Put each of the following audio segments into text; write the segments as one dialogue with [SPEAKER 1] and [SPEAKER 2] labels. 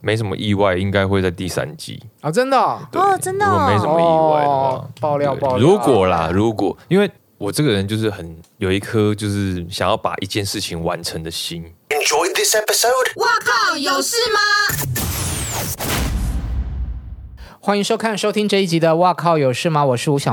[SPEAKER 1] 没什么意外，应该会在第三季。
[SPEAKER 2] 啊，真的哦、
[SPEAKER 1] 对
[SPEAKER 3] 哦真的哦
[SPEAKER 1] 如果没什么意外的话，
[SPEAKER 2] 哦爆料
[SPEAKER 1] 对
[SPEAKER 2] 爆料
[SPEAKER 1] 如果啦，如果因为我这个人就是很有一颗就是想要把一件事情完成的心，
[SPEAKER 4] Enjoyed this episode?
[SPEAKER 3] 哦
[SPEAKER 2] 欢迎收看收听这一集的《哇靠有事吗》，我是吴小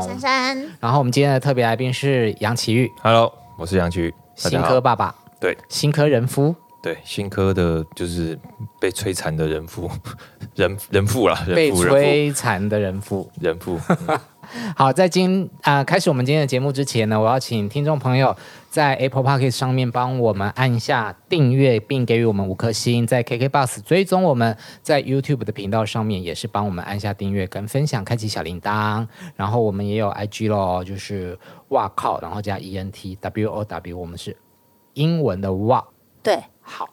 [SPEAKER 3] 我。珊珊，
[SPEAKER 2] 然后我们今天的特别来宾是杨奇玉，
[SPEAKER 1] Hello，我是杨奇，大
[SPEAKER 2] 新
[SPEAKER 1] 家
[SPEAKER 2] 科
[SPEAKER 1] 好。
[SPEAKER 2] 爸爸，
[SPEAKER 1] 对
[SPEAKER 2] 新科人夫
[SPEAKER 1] 对，新科的就是被摧残的人父， 人人父啦，
[SPEAKER 2] 被
[SPEAKER 1] 人父人父
[SPEAKER 2] 摧残的人夫。
[SPEAKER 1] 人父，
[SPEAKER 2] 好，在今啊、开始我们今天的节目之前呢，我要请听众朋友在 Apple p o c k e t 上面帮我们按下订阅，并给予我们五颗星；在 KKBox 追踪我们，在 YouTube 的频道上面也是帮我们按下订阅跟分享，开启小铃铛。然后我们也有 IG 咯，就是哇靠，然后加 E N T W O W，我们是英文的哇。
[SPEAKER 3] 对，
[SPEAKER 2] 好，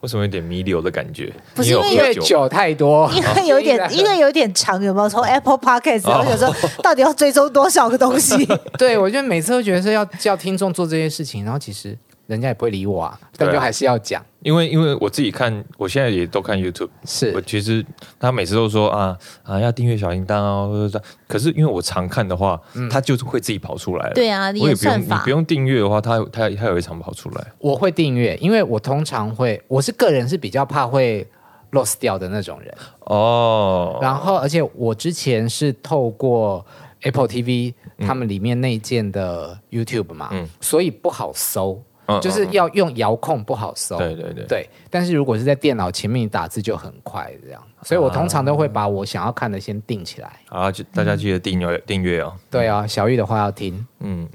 [SPEAKER 1] 为什么有点弥留的感觉？
[SPEAKER 3] 不是
[SPEAKER 1] 你有
[SPEAKER 3] 因
[SPEAKER 2] 因为
[SPEAKER 1] 喝酒，
[SPEAKER 2] 酒太
[SPEAKER 1] 哦
[SPEAKER 2] 多，
[SPEAKER 3] 因为有点，因为有点长，有没有？从 Apple Podcast，然后想说到底要追踪多少个东西？
[SPEAKER 2] 对，我就每次都觉得是要叫听众做这些事情，然后其实人家也不会理我啊，但
[SPEAKER 1] 对啊
[SPEAKER 2] 就还是要讲。
[SPEAKER 1] 因为因为我自己看，我现在也都看 YouTube，
[SPEAKER 2] 是
[SPEAKER 1] 我其实他每次都说啊啊要订阅小铃铛哦，或者这样可是因为我常看的话，
[SPEAKER 2] 嗯
[SPEAKER 1] 它就是会自己跑出来了。
[SPEAKER 3] 对啊你有
[SPEAKER 1] 我也不用
[SPEAKER 3] 算
[SPEAKER 1] 你
[SPEAKER 3] 法
[SPEAKER 1] 不用订阅的话，它它它也会常跑出来。
[SPEAKER 2] 我会订阅，因为我通常会，我是个人是比较怕会 lost 掉的那种人。
[SPEAKER 1] 哦，
[SPEAKER 2] 然后，而且我之前是透过 Apple TV 他们里面内建的 YouTube 嘛，
[SPEAKER 1] 嗯
[SPEAKER 2] 所以不好搜，
[SPEAKER 1] 嗯
[SPEAKER 2] 哦就是
[SPEAKER 1] 嗯嗯
[SPEAKER 2] 要用遥控不好搜。
[SPEAKER 1] 对对对
[SPEAKER 2] 对，但是如果是在电脑前面你打字就很快这样，所以我通常都会把我想要看的先定起来。
[SPEAKER 1] 啊，就大家记得订
[SPEAKER 2] 嗯
[SPEAKER 1] 阅订阅哦。
[SPEAKER 2] 对啊，小玉的话要听。
[SPEAKER 1] 嗯，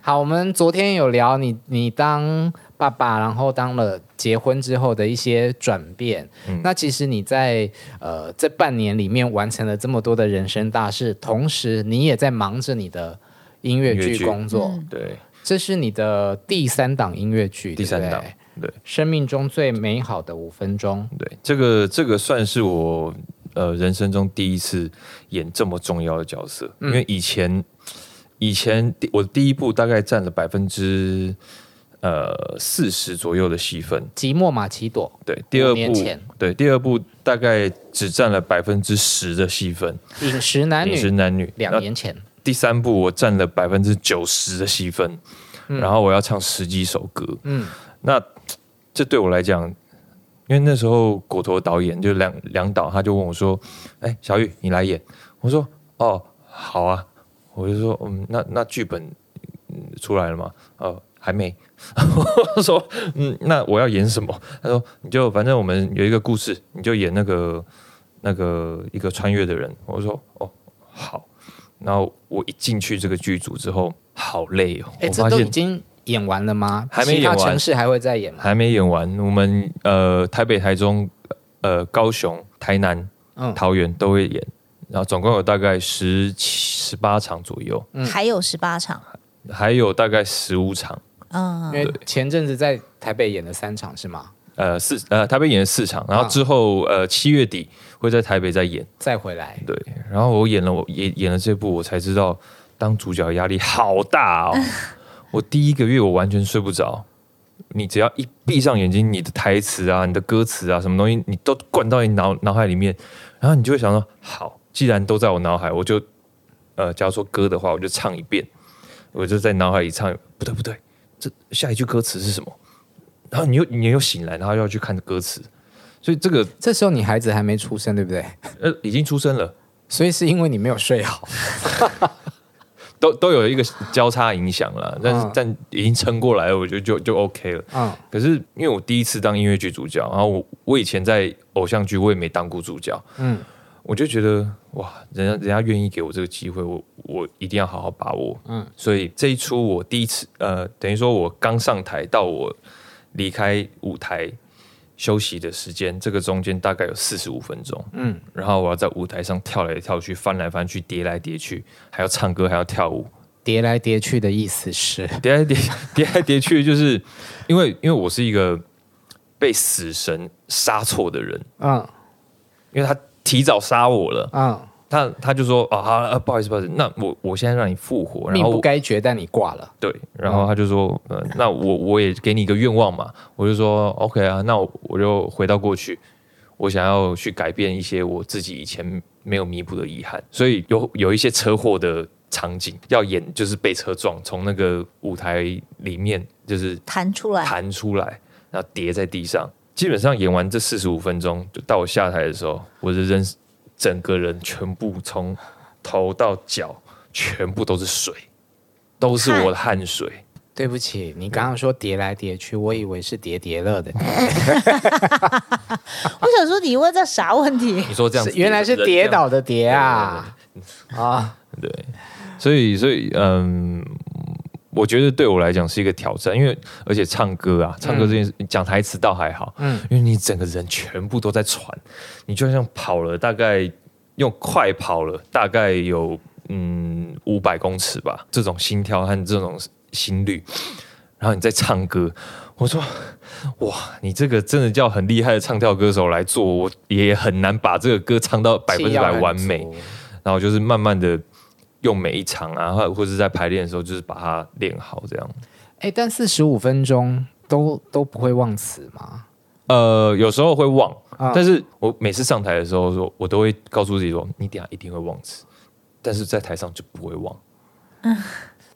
[SPEAKER 2] 好，我们昨天有聊你，你当爸爸，然后当了结婚之后的一些转变。
[SPEAKER 1] 嗯
[SPEAKER 2] 那其实你在呃这半年里面完成了这么多的人生大事，同时你也在忙着你的音乐
[SPEAKER 1] 音乐
[SPEAKER 2] 剧
[SPEAKER 1] 剧
[SPEAKER 2] 工作。
[SPEAKER 1] 对，
[SPEAKER 2] 这是你的第三档音乐剧，
[SPEAKER 1] 第三
[SPEAKER 2] 对不对
[SPEAKER 1] 档，对
[SPEAKER 2] 生命中最美好的五分钟。
[SPEAKER 1] 对，这个这个算是我呃人生中第一次演这么重要的角色，
[SPEAKER 2] 嗯
[SPEAKER 1] 因为以前以前第我第一部大概占了百分之呃四十左右的戏份。
[SPEAKER 2] 寂寞马奇朵，
[SPEAKER 1] 对，第二
[SPEAKER 2] 年
[SPEAKER 1] 部
[SPEAKER 2] 前
[SPEAKER 1] 对第二部大概只占了百分之十的戏份，
[SPEAKER 2] 饮食男
[SPEAKER 1] 饮食
[SPEAKER 2] 女，
[SPEAKER 1] 男女。
[SPEAKER 2] 两年前，
[SPEAKER 1] 那第三部我占了百分之九十的戏份，然后我要唱十几首歌。
[SPEAKER 2] 嗯，
[SPEAKER 1] 那这对我来讲，因为那时候果陀导演就梁梁导，他就问我说：“哎、小玉，你来演？”我说：“哦，好啊。”我就说：“嗯，那那剧本、嗯、出来了吗？”哦，还没。 我说：“嗯，那我要演什么？”他说：“你就反正我们有一个故事，你就演那个那个一个穿越的人。”我说：“哦，好。”然后我一进去这个剧组之后，好累哦！我
[SPEAKER 2] 哎，这
[SPEAKER 1] 发
[SPEAKER 2] 都
[SPEAKER 1] 现
[SPEAKER 2] 已经演完了吗？
[SPEAKER 1] 还没
[SPEAKER 2] 其
[SPEAKER 1] 演
[SPEAKER 2] 他
[SPEAKER 1] 完
[SPEAKER 2] 城市还会再演吗？
[SPEAKER 1] 还没演完，我们呃台北、台中、呃高雄、台南、
[SPEAKER 2] 嗯
[SPEAKER 1] 桃园都会演，然后总共有大概十七、十八场左右，
[SPEAKER 3] 还有十八场，
[SPEAKER 1] 还有大概十五场，
[SPEAKER 3] 嗯
[SPEAKER 2] 因，为前阵子在台北演了三场是吗？
[SPEAKER 1] 呃四呃台北演了四场，然后之后呃七月底会在台北再演，
[SPEAKER 2] 再回来，
[SPEAKER 1] 对，然后我演了我演演了这部，我才知道当主角压力好大哦， 我第一个月我完全睡不着。你只要一闭上眼睛，你的台词啊、你的歌词啊，什么东西，你都灌到你脑脑海里面，然后你就会想说：好，既然都在我脑海，我就呃，假如说歌的话，我就唱一遍，我就在脑海里唱。不对不对，这下一句歌词是什么？然后你又你又醒来，然后又要去看歌词，所以这个
[SPEAKER 2] 这时候你孩子还没出生，对不 对？
[SPEAKER 1] 呃已经出生了，
[SPEAKER 2] 所以是因为你没有睡好，
[SPEAKER 1] 都都有一个交叉影响了，但是、
[SPEAKER 2] 嗯
[SPEAKER 1] 但已经撑过来了，我觉得就就 OK 了。
[SPEAKER 2] 嗯，
[SPEAKER 1] 可是因为我第一次当音乐剧主角，然后我我以前在偶像剧我也没当过主角，
[SPEAKER 2] 嗯
[SPEAKER 1] 嗯，我就觉得哇，人家人家愿意给我这个机会，我我一定要好好把握，嗯，所以这一出我第一次呃，等于说我刚上台到我离开舞台休息的时间，这个中间大概有四十五分钟，嗯，然后我要在舞台上跳来跳去，翻来翻去，跌来跌去，还要唱歌，还要跳舞，
[SPEAKER 2] 叠来叠去的意思是，
[SPEAKER 1] 叠来叠叠来叠去，就是因为因为我是一个被死神杀错的人，
[SPEAKER 2] 嗯
[SPEAKER 1] 因为他提早杀我了，
[SPEAKER 2] 嗯，
[SPEAKER 1] 他他就说啊，好啊不好意思，不好意思，那我我现在让你复活，然
[SPEAKER 2] 命
[SPEAKER 1] 后
[SPEAKER 2] 不
[SPEAKER 1] 我
[SPEAKER 2] 该绝，但你挂了。
[SPEAKER 1] 对，然后他就说，呃，那我我也给你一个愿望嘛，我就说 OK 啊，那我我就回到过去，我想要去改变一些我自己以前没有弥补的遗憾，所以有有一些车祸的场景要演，就是被车撞，从那个舞台里面就是
[SPEAKER 3] 弹出来，
[SPEAKER 1] 弹出来，然后跌在地上。基本上演完这四十五分钟，就到我下台的时候，我的人整个人全部从头到脚全部都是水，都是我的汗水。
[SPEAKER 2] 对不起，你刚刚说叠来叠去，我以为是叠叠乐 的，
[SPEAKER 3] 我想说你问这啥问题？
[SPEAKER 1] 你说这样子
[SPEAKER 2] 是原来是跌倒的跌
[SPEAKER 1] 人这样
[SPEAKER 2] 啊啊！
[SPEAKER 1] 对，所以所以嗯，我觉得对我来讲是一个挑战，因为而且唱歌啊，唱歌这件事讲、台词倒还好，
[SPEAKER 2] 嗯
[SPEAKER 1] 嗯，因为你整个人全部都在喘，你就像跑了大概用快跑了大概有嗯五百公尺吧，这种心跳和这种心率，然后你在唱歌，我说哇，你这个真的叫很厉害的唱跳歌手来做，我也很难把这个歌唱到百分
[SPEAKER 2] 气
[SPEAKER 1] 之
[SPEAKER 2] 要
[SPEAKER 1] 百
[SPEAKER 2] 很
[SPEAKER 1] 完美。
[SPEAKER 2] 足
[SPEAKER 1] 然后就是慢慢的用每一场啊，或或者在排练的时候，就是把它练好这样。
[SPEAKER 2] 哎，但四十五分钟都都不会忘词吗？
[SPEAKER 1] 呃，有时候会忘，
[SPEAKER 2] 啊
[SPEAKER 1] 但是我每次上台的时候说，我都会告诉自己说，你等一下一定会忘词，但是在台上就不会忘。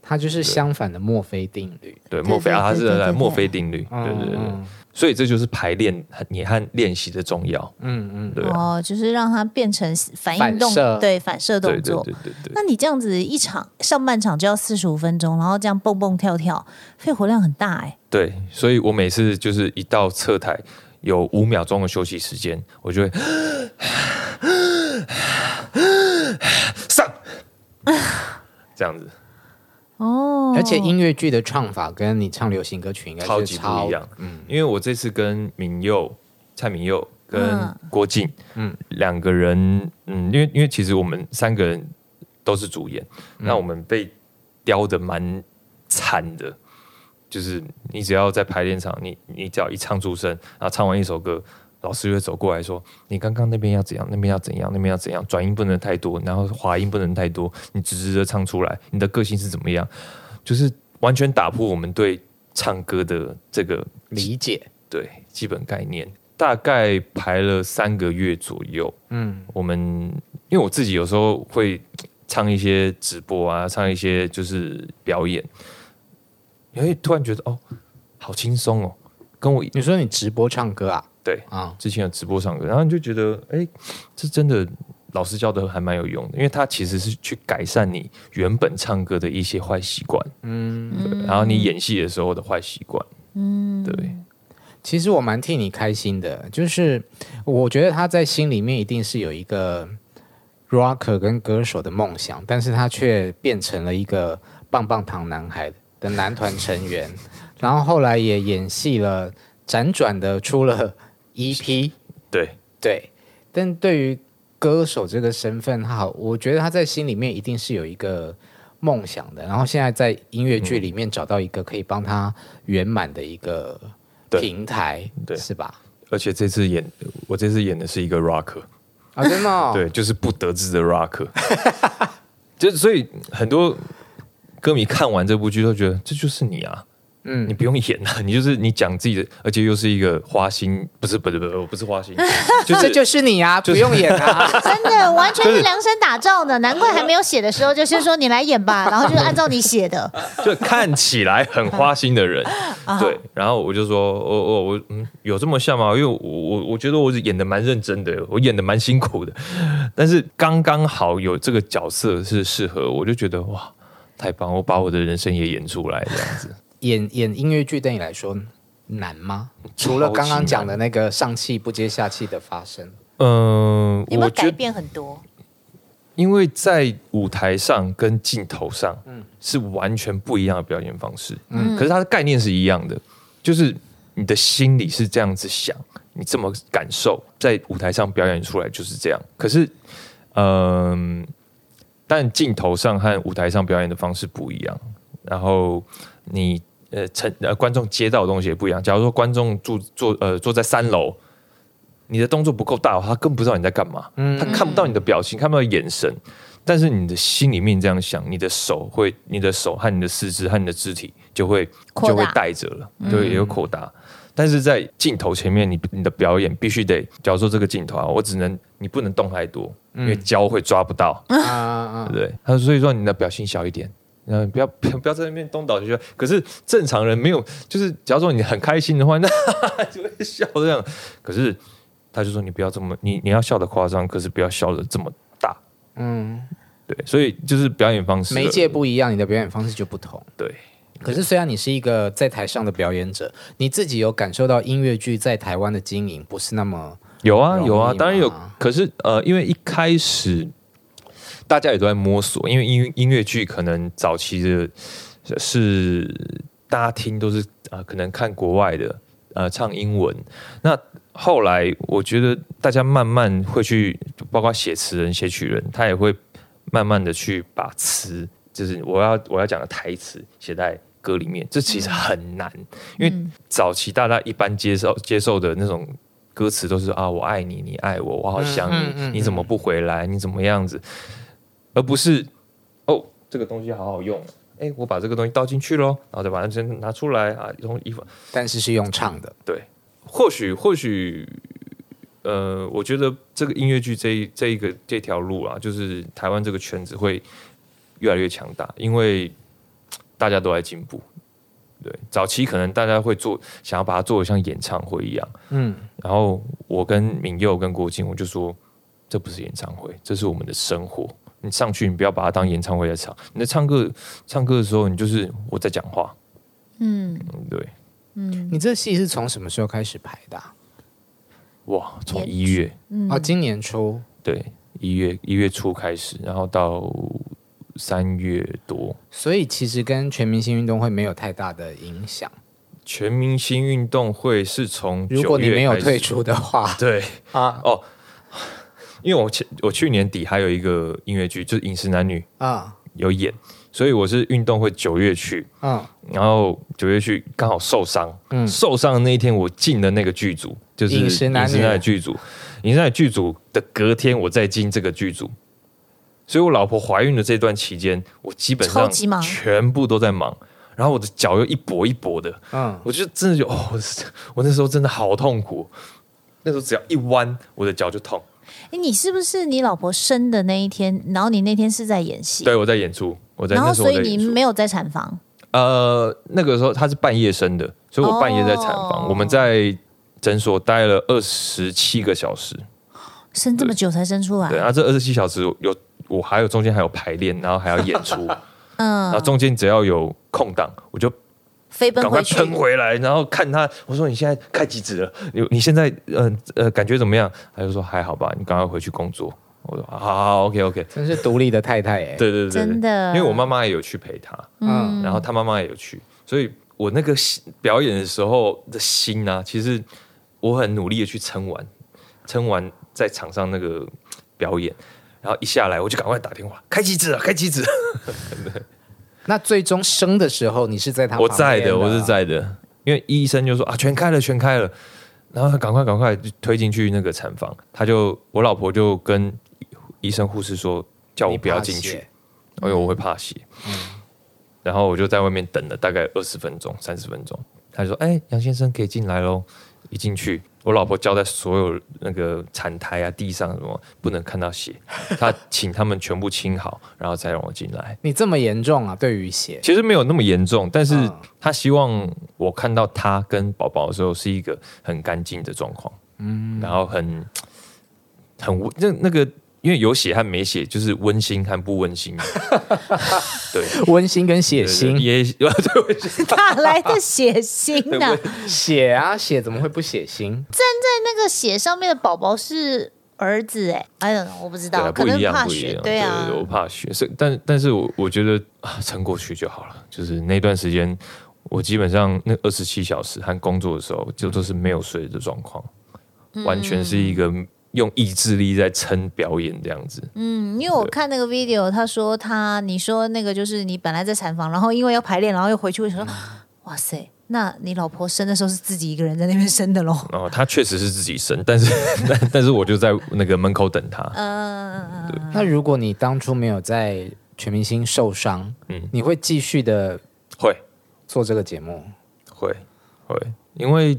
[SPEAKER 2] 它就是相反的墨菲定律。
[SPEAKER 1] 对，
[SPEAKER 3] 对
[SPEAKER 1] 墨菲
[SPEAKER 3] 对
[SPEAKER 1] 啊，它是
[SPEAKER 3] 对对
[SPEAKER 1] 来
[SPEAKER 3] 对
[SPEAKER 1] 墨菲定律，对对对对，
[SPEAKER 2] 嗯
[SPEAKER 1] 所以这就是排练和你和练习的重要，
[SPEAKER 2] 嗯嗯，
[SPEAKER 1] 对啊
[SPEAKER 3] 哦，就是让它变成反应动
[SPEAKER 2] 反射，
[SPEAKER 3] 对反射
[SPEAKER 1] 对
[SPEAKER 3] 动
[SPEAKER 1] 对
[SPEAKER 3] 作。
[SPEAKER 1] 对对对。
[SPEAKER 3] 那你这样子一场上半场就要四十五分钟，然后这样蹦蹦跳跳，肺活量很大 哎、
[SPEAKER 1] 对，所以我每次就是一到侧台有五秒钟的休息时间，我就会上这样子，
[SPEAKER 3] 哦，
[SPEAKER 2] 而且音乐剧的唱法跟你唱流行歌曲应该是
[SPEAKER 1] 超级不一样。
[SPEAKER 2] 嗯，
[SPEAKER 1] 因为我这次跟明佑、蔡明佑跟
[SPEAKER 3] 嗯
[SPEAKER 1] 郭靖，
[SPEAKER 2] 嗯
[SPEAKER 1] 嗯，两个人，嗯，因为因为其实我们三个人都是主演，那我们被雕的蛮惨的。就是你只要在排练场，你你只要一唱出声，然后唱完一首歌，老师就会走过来说：“你刚刚那边要怎样，那边要怎样，那边要怎样，转音不能太多，然后滑音不能太多，你直直的唱出来，你的个性是怎么样？”就是完全打破我们对唱歌的这个
[SPEAKER 2] 理解。
[SPEAKER 1] 对基本概念。大概排了三个月左右，
[SPEAKER 2] 嗯，
[SPEAKER 1] 我们因为我自己有时候会唱一些直播啊，唱一些就是表演，你会突然觉得哦，好轻松哦，跟我
[SPEAKER 2] 你说你直播唱歌啊？
[SPEAKER 1] 对
[SPEAKER 2] 啊，
[SPEAKER 1] 之前有直播唱歌，然后你就觉得，哎，这真的老师教的还蛮有用的，因为他其实是去改善你原本唱歌的一些坏习惯，
[SPEAKER 2] 嗯，
[SPEAKER 1] 对，然后你演戏的时候的坏习惯，
[SPEAKER 3] 嗯，
[SPEAKER 1] 对，
[SPEAKER 2] 其实我蛮替你开心的，就是我觉得他在心里面一定是有一个 rocker 跟歌手的梦想，但是他却变成了一个棒棒糖男孩的男团成员，然后后来也演戏了，辗转的出了 E EP，
[SPEAKER 1] 对，
[SPEAKER 2] 对，但对于歌手这个身份，哈，我觉得他在心里面一定是有一个梦想的，然后现在在音乐剧里面找到一个可以帮他圆满的一个
[SPEAKER 1] 对
[SPEAKER 2] 平台，
[SPEAKER 1] 对
[SPEAKER 2] 是吧？
[SPEAKER 1] 而且这次演我这次演的是一个 rocker，
[SPEAKER 2] 啊，真的、哦，
[SPEAKER 1] 对，就是不得志的 rock，就所以很多歌迷看完这部剧都觉得这就是你啊，嗯，你不用演了、你就是你讲自己的，而且又是一个花心，不是不是不是我不是花心，就
[SPEAKER 2] 这
[SPEAKER 1] 是
[SPEAKER 2] 就是你啊，
[SPEAKER 1] 就是
[SPEAKER 2] 不用演啊，
[SPEAKER 3] 真的完全是量身打造的，难怪还没有写的时候就先说你来演吧，然后就是按照你写 的，
[SPEAKER 1] 就看起来很花心 的人，
[SPEAKER 3] 啊
[SPEAKER 1] 对，然后我就说，我我我嗯，有这么像吗？因为我我我觉得我演的蛮认真的，我演的蛮辛苦的，但是刚刚好有这个角色是适合，我就觉得哇，太棒！我把我的人生也演出来这样子，
[SPEAKER 2] 演演音乐剧对你来说难吗？除了刚刚讲的那个上气不接下气的发生，
[SPEAKER 1] 嗯、
[SPEAKER 3] 有没
[SPEAKER 1] 我
[SPEAKER 3] 有改
[SPEAKER 1] 觉得
[SPEAKER 3] 变很多？
[SPEAKER 1] 因为在舞台上跟镜头上，是完全不一样的表演方式，
[SPEAKER 3] 嗯
[SPEAKER 1] 可是它的概念是一样的，就是你的心里是这样子想，你这么感受，在舞台上表演出来就是这样。可是，嗯、但镜头上和舞台上表演的方式不一样，然后你呃，成呃观众接到的东西也不一样。假如说观众住坐呃坐在三楼，你的动作不够大，他更不知道你在干嘛，
[SPEAKER 2] 嗯
[SPEAKER 1] 他看不到你的表情，看不到眼神，但是你的心里面这样想，你的手会，你的手和你的四肢和你的肢体就会
[SPEAKER 4] 扩大嗯
[SPEAKER 1] 就会带着了，对，也有扩大。但是在镜头前面，你你的表演必须得，假如说这个镜头啊，我只能你不能动太多，因
[SPEAKER 4] 嗯
[SPEAKER 1] 为胶会抓不到，
[SPEAKER 2] 啊啊
[SPEAKER 1] 对不对？他说所以说你的表情小一点，嗯，不要 不要在那边东倒西歪。可是正常人没有，就是假如说你很开心的话， 那就会笑这样。可是他就说你不要这么，你你要笑的夸张，可是不要笑的这么大。
[SPEAKER 2] 嗯，
[SPEAKER 1] 对，所以就是表演方式，
[SPEAKER 2] 媒介不一样，你的表演方式就不同。
[SPEAKER 1] 对，
[SPEAKER 2] 可是虽然你是一个在台上的表演者，你自己有感受到音乐剧在台湾的经营不是那么
[SPEAKER 1] 有啊
[SPEAKER 2] 容易
[SPEAKER 1] 有啊，当然有
[SPEAKER 2] 吗。
[SPEAKER 1] 可是呃，因为一开始大家也都在摸索，因为音音乐剧可能早期的是是大家听都是呃，可能看国外的呃唱英文。那后来我觉得大家慢慢会去，包括写词人、写曲人，他也会慢慢的去把词，就是我要我要讲的台词写在歌里面。这其实很难，
[SPEAKER 2] 嗯
[SPEAKER 1] 因为早期大家一般接受接受的那种歌词都是啊，我爱你，你爱我，我好想你，
[SPEAKER 2] 嗯嗯嗯
[SPEAKER 1] 你怎么不回来，你怎么样子，而不是哦，这个东西好好用。哎，我把这个东西倒进去喽，然后再把它先拿出来啊，从衣服
[SPEAKER 2] 但是是用唱的，
[SPEAKER 1] 对，或许或许，呃，我觉得这个音乐剧这一这一个这条路啊，就是台湾这个圈子会越来越强大，因为大家都在进步。对，早期可能大家会做，想要把它做的像演唱会一样。
[SPEAKER 2] 嗯，
[SPEAKER 1] 然后我跟敏佑跟郭靖，我就说这不是演唱会，这是我们的生活。你上去，你不要把它当演唱会在唱。你在唱歌唱歌的时候，你就是我在讲话。
[SPEAKER 4] 嗯，
[SPEAKER 1] 嗯，对，
[SPEAKER 2] 你这戏是从什么时候开始排的啊、
[SPEAKER 1] 哇，从
[SPEAKER 4] 也
[SPEAKER 1] 一月。
[SPEAKER 2] 哦，今年初。
[SPEAKER 1] 对，一月一月初开始，然后到三月多，
[SPEAKER 2] 所以其实跟全明星运动会没有太大的影响。
[SPEAKER 1] 全明星运动会是从
[SPEAKER 2] 如果
[SPEAKER 1] 9
[SPEAKER 2] 你
[SPEAKER 1] 月
[SPEAKER 2] 没有
[SPEAKER 1] 开始
[SPEAKER 2] 退，出的 话，
[SPEAKER 1] 对
[SPEAKER 2] 啊
[SPEAKER 1] 哦，因为我前我去年底还有一个音乐剧，就是《饮食男女》
[SPEAKER 2] 啊
[SPEAKER 1] 有演，所以我是运动会九月去，
[SPEAKER 2] 嗯
[SPEAKER 1] 然后九月去刚好受伤，
[SPEAKER 2] 嗯
[SPEAKER 1] 受伤的那一天我进了那个剧组，就是
[SPEAKER 2] 饮食男女
[SPEAKER 1] 饮女剧组，饮食男女剧组的隔天我再进这个剧组，所以我老婆怀孕的这段期间，我基本
[SPEAKER 4] 超
[SPEAKER 1] 上
[SPEAKER 4] 级忙
[SPEAKER 1] 全部都在忙，然后我的脚又一跛一跛的，
[SPEAKER 2] 嗯，
[SPEAKER 1] 我就真的就哦， 我我那时候真的好痛苦，那时候只要一弯我的脚就痛，
[SPEAKER 4] 诶你是不是你老婆生的那一天，然后你那天是在演戏，
[SPEAKER 1] 对我在演出，我在
[SPEAKER 4] 然后
[SPEAKER 1] 那时候
[SPEAKER 4] 所
[SPEAKER 1] 我在
[SPEAKER 4] 以你
[SPEAKER 1] 演出
[SPEAKER 4] 没。有在产房，
[SPEAKER 1] 呃，那个时候他是半夜生的，所以我半夜在产房，
[SPEAKER 4] 哦
[SPEAKER 1] 我们在诊所待了二十七个小时。
[SPEAKER 4] 生这么久才生出来
[SPEAKER 1] 对，，啊然后这二十七小时有我还有中间还有排练，然后还要演 出，然后
[SPEAKER 4] 嗯，
[SPEAKER 1] 中间只要有空档，我就
[SPEAKER 4] 飞奔
[SPEAKER 1] 赶快
[SPEAKER 4] 回去，
[SPEAKER 1] 喷回来，然后看他，我说你现在开几指了？你你现在呃呃感觉怎么样？他就说还好吧，你赶快回去工作。我说好好好，OK OK，
[SPEAKER 2] 真是独立的太太哎、
[SPEAKER 1] 对对对，对
[SPEAKER 4] 真
[SPEAKER 1] 因
[SPEAKER 4] 的
[SPEAKER 1] 为我妈妈也有去陪他，
[SPEAKER 2] 嗯，
[SPEAKER 1] 然后他妈妈也有去，所以我那个心表演的时候的心啊，其实我很努力的去撑完，撑完在场上那个表演，然后一下来我就赶快打电话，开机子啊，开机子，
[SPEAKER 2] 那最终生的时候，你是在他
[SPEAKER 1] 我
[SPEAKER 2] 旁
[SPEAKER 1] 在
[SPEAKER 2] 边
[SPEAKER 1] 的，我是，在的，因为医生就说啊，全开了，全开了，然后他赶快赶快就推进去那个产房，他就我老婆就跟医生护士说，叫我
[SPEAKER 2] 你
[SPEAKER 1] 不要
[SPEAKER 2] 怕
[SPEAKER 1] 进去因
[SPEAKER 2] 血，
[SPEAKER 1] 哎
[SPEAKER 2] 嗯
[SPEAKER 1] 为我会怕血。然后我就在外面等了大概二十分钟、三十分钟。他就说：“哎、杨先生可以进来喽。”一进去，我老婆交代所有那个产台啊、地上什么不能看到血，她请他们全部清好，然后再让我进来。
[SPEAKER 2] 你这么严重啊？对于血，
[SPEAKER 1] 其实没有那么严重，但是
[SPEAKER 2] 嗯
[SPEAKER 1] 她希望我看到她跟宝宝的时候是一个很干净的状况，嗯，然后很很温那那个。因为有血和没血，就是温馨和不温馨。对，
[SPEAKER 2] 温馨跟血
[SPEAKER 1] 对
[SPEAKER 2] 腥，
[SPEAKER 1] 也 对温馨
[SPEAKER 4] 哪来的血腥 啊？
[SPEAKER 2] 血啊血怎么会不血腥？
[SPEAKER 4] 那个血上面的宝宝是儿子哎、哎呀，我不知
[SPEAKER 1] 对
[SPEAKER 4] 道，
[SPEAKER 1] 啊，
[SPEAKER 4] 可
[SPEAKER 1] 不
[SPEAKER 4] 能
[SPEAKER 1] 一样，
[SPEAKER 4] 怕
[SPEAKER 1] 不一
[SPEAKER 4] 血，
[SPEAKER 1] 样。
[SPEAKER 4] 对啊，
[SPEAKER 1] 我怕血，是但但是我我觉得啊，撑过去就好了。就是那段时间，我基本上那二十七小时和工作的时候，就都是没有睡的状况，
[SPEAKER 4] 嗯
[SPEAKER 1] 完全是一个用意志力在撑表演这样子。
[SPEAKER 4] 嗯，因为我看那个 video，他说
[SPEAKER 1] 嗯
[SPEAKER 4] 他，你说那个就是你本来在产房，然后因为要排练，然后又回去，我想说，哇塞，
[SPEAKER 3] 那你老婆生的时候是自己一个人在那边生的喽？
[SPEAKER 1] 哦，他确实是自己生，但是 但但是我就在那个门口等他。
[SPEAKER 4] 呃
[SPEAKER 3] 嗯、
[SPEAKER 2] 那如果你当初没有在全明星受伤，
[SPEAKER 1] 嗯
[SPEAKER 2] 你会继续的
[SPEAKER 1] 会
[SPEAKER 2] 做这个节目？
[SPEAKER 1] 会会，因为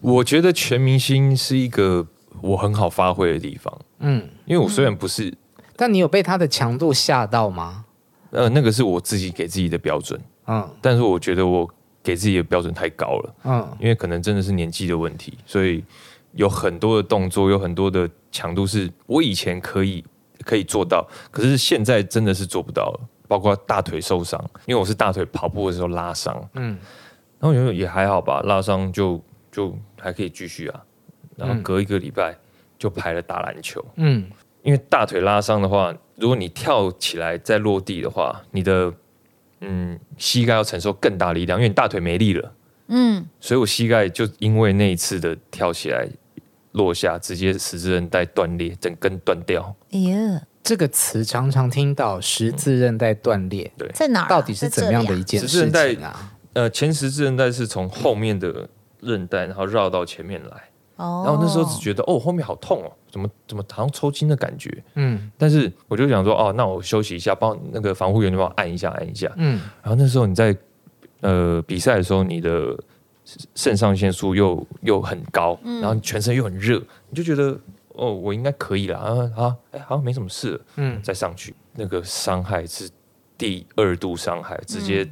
[SPEAKER 1] 我觉得全明星是一个我很好发挥的地方，
[SPEAKER 2] 嗯，
[SPEAKER 1] 因为我虽然不是，
[SPEAKER 2] 但你有被他的强度吓到吗？
[SPEAKER 1] 呃，那个是我自己给自己的标准，
[SPEAKER 2] 嗯
[SPEAKER 1] 但是我觉得我给自己的标准太高了。
[SPEAKER 2] 嗯，
[SPEAKER 1] 因为可能真的是年纪的问题，所以有很多的动作，有很多的强度是我以前可以可以做到，可是现在真的是做不到了。包括大腿受伤，因为我是大腿跑步的时候拉伤，
[SPEAKER 2] 嗯
[SPEAKER 1] 嗯，然后我觉得也还好吧，拉伤就就还可以继续啊。然后隔一个礼拜就排了打篮球，
[SPEAKER 2] 嗯，
[SPEAKER 1] 因为大腿拉伤的话，如果你跳起来再落地的话，你的嗯膝盖要承受更大力量，因为你大腿没力了。
[SPEAKER 4] 嗯，
[SPEAKER 1] 所以我膝盖就因为那一次的跳起来落下，直接十字韧带断裂，整根断掉。
[SPEAKER 4] 嗯
[SPEAKER 3] 哎呀，
[SPEAKER 2] 这个词常常听到十字韧带断裂，
[SPEAKER 4] 在哪儿啊？
[SPEAKER 2] 到底是怎么样的
[SPEAKER 4] 在这里
[SPEAKER 2] 一
[SPEAKER 4] 啊
[SPEAKER 2] 件
[SPEAKER 1] 十字
[SPEAKER 2] 事
[SPEAKER 1] 韧带
[SPEAKER 2] 情啊？
[SPEAKER 1] 呃，前十字韧带是从后面的韧带，然后绕到前面来。
[SPEAKER 3] 哦，
[SPEAKER 1] 然后那时候只觉得哦，后面好痛哦，怎么怎么好像抽筋的感觉。
[SPEAKER 2] 嗯
[SPEAKER 1] 但是我就想说，哦，那我休息一下，帮那个防护员就帮我按一下，按一下。
[SPEAKER 2] 嗯
[SPEAKER 1] 然后那时候你在呃比赛的时候，你的肾上腺素又又很高，然后你全身又很热，你就觉得哦，我应该可以啦啊啊，哎，好像没什么事了。
[SPEAKER 2] 嗯，
[SPEAKER 1] 再上去，那个伤害是第二度伤害，直接，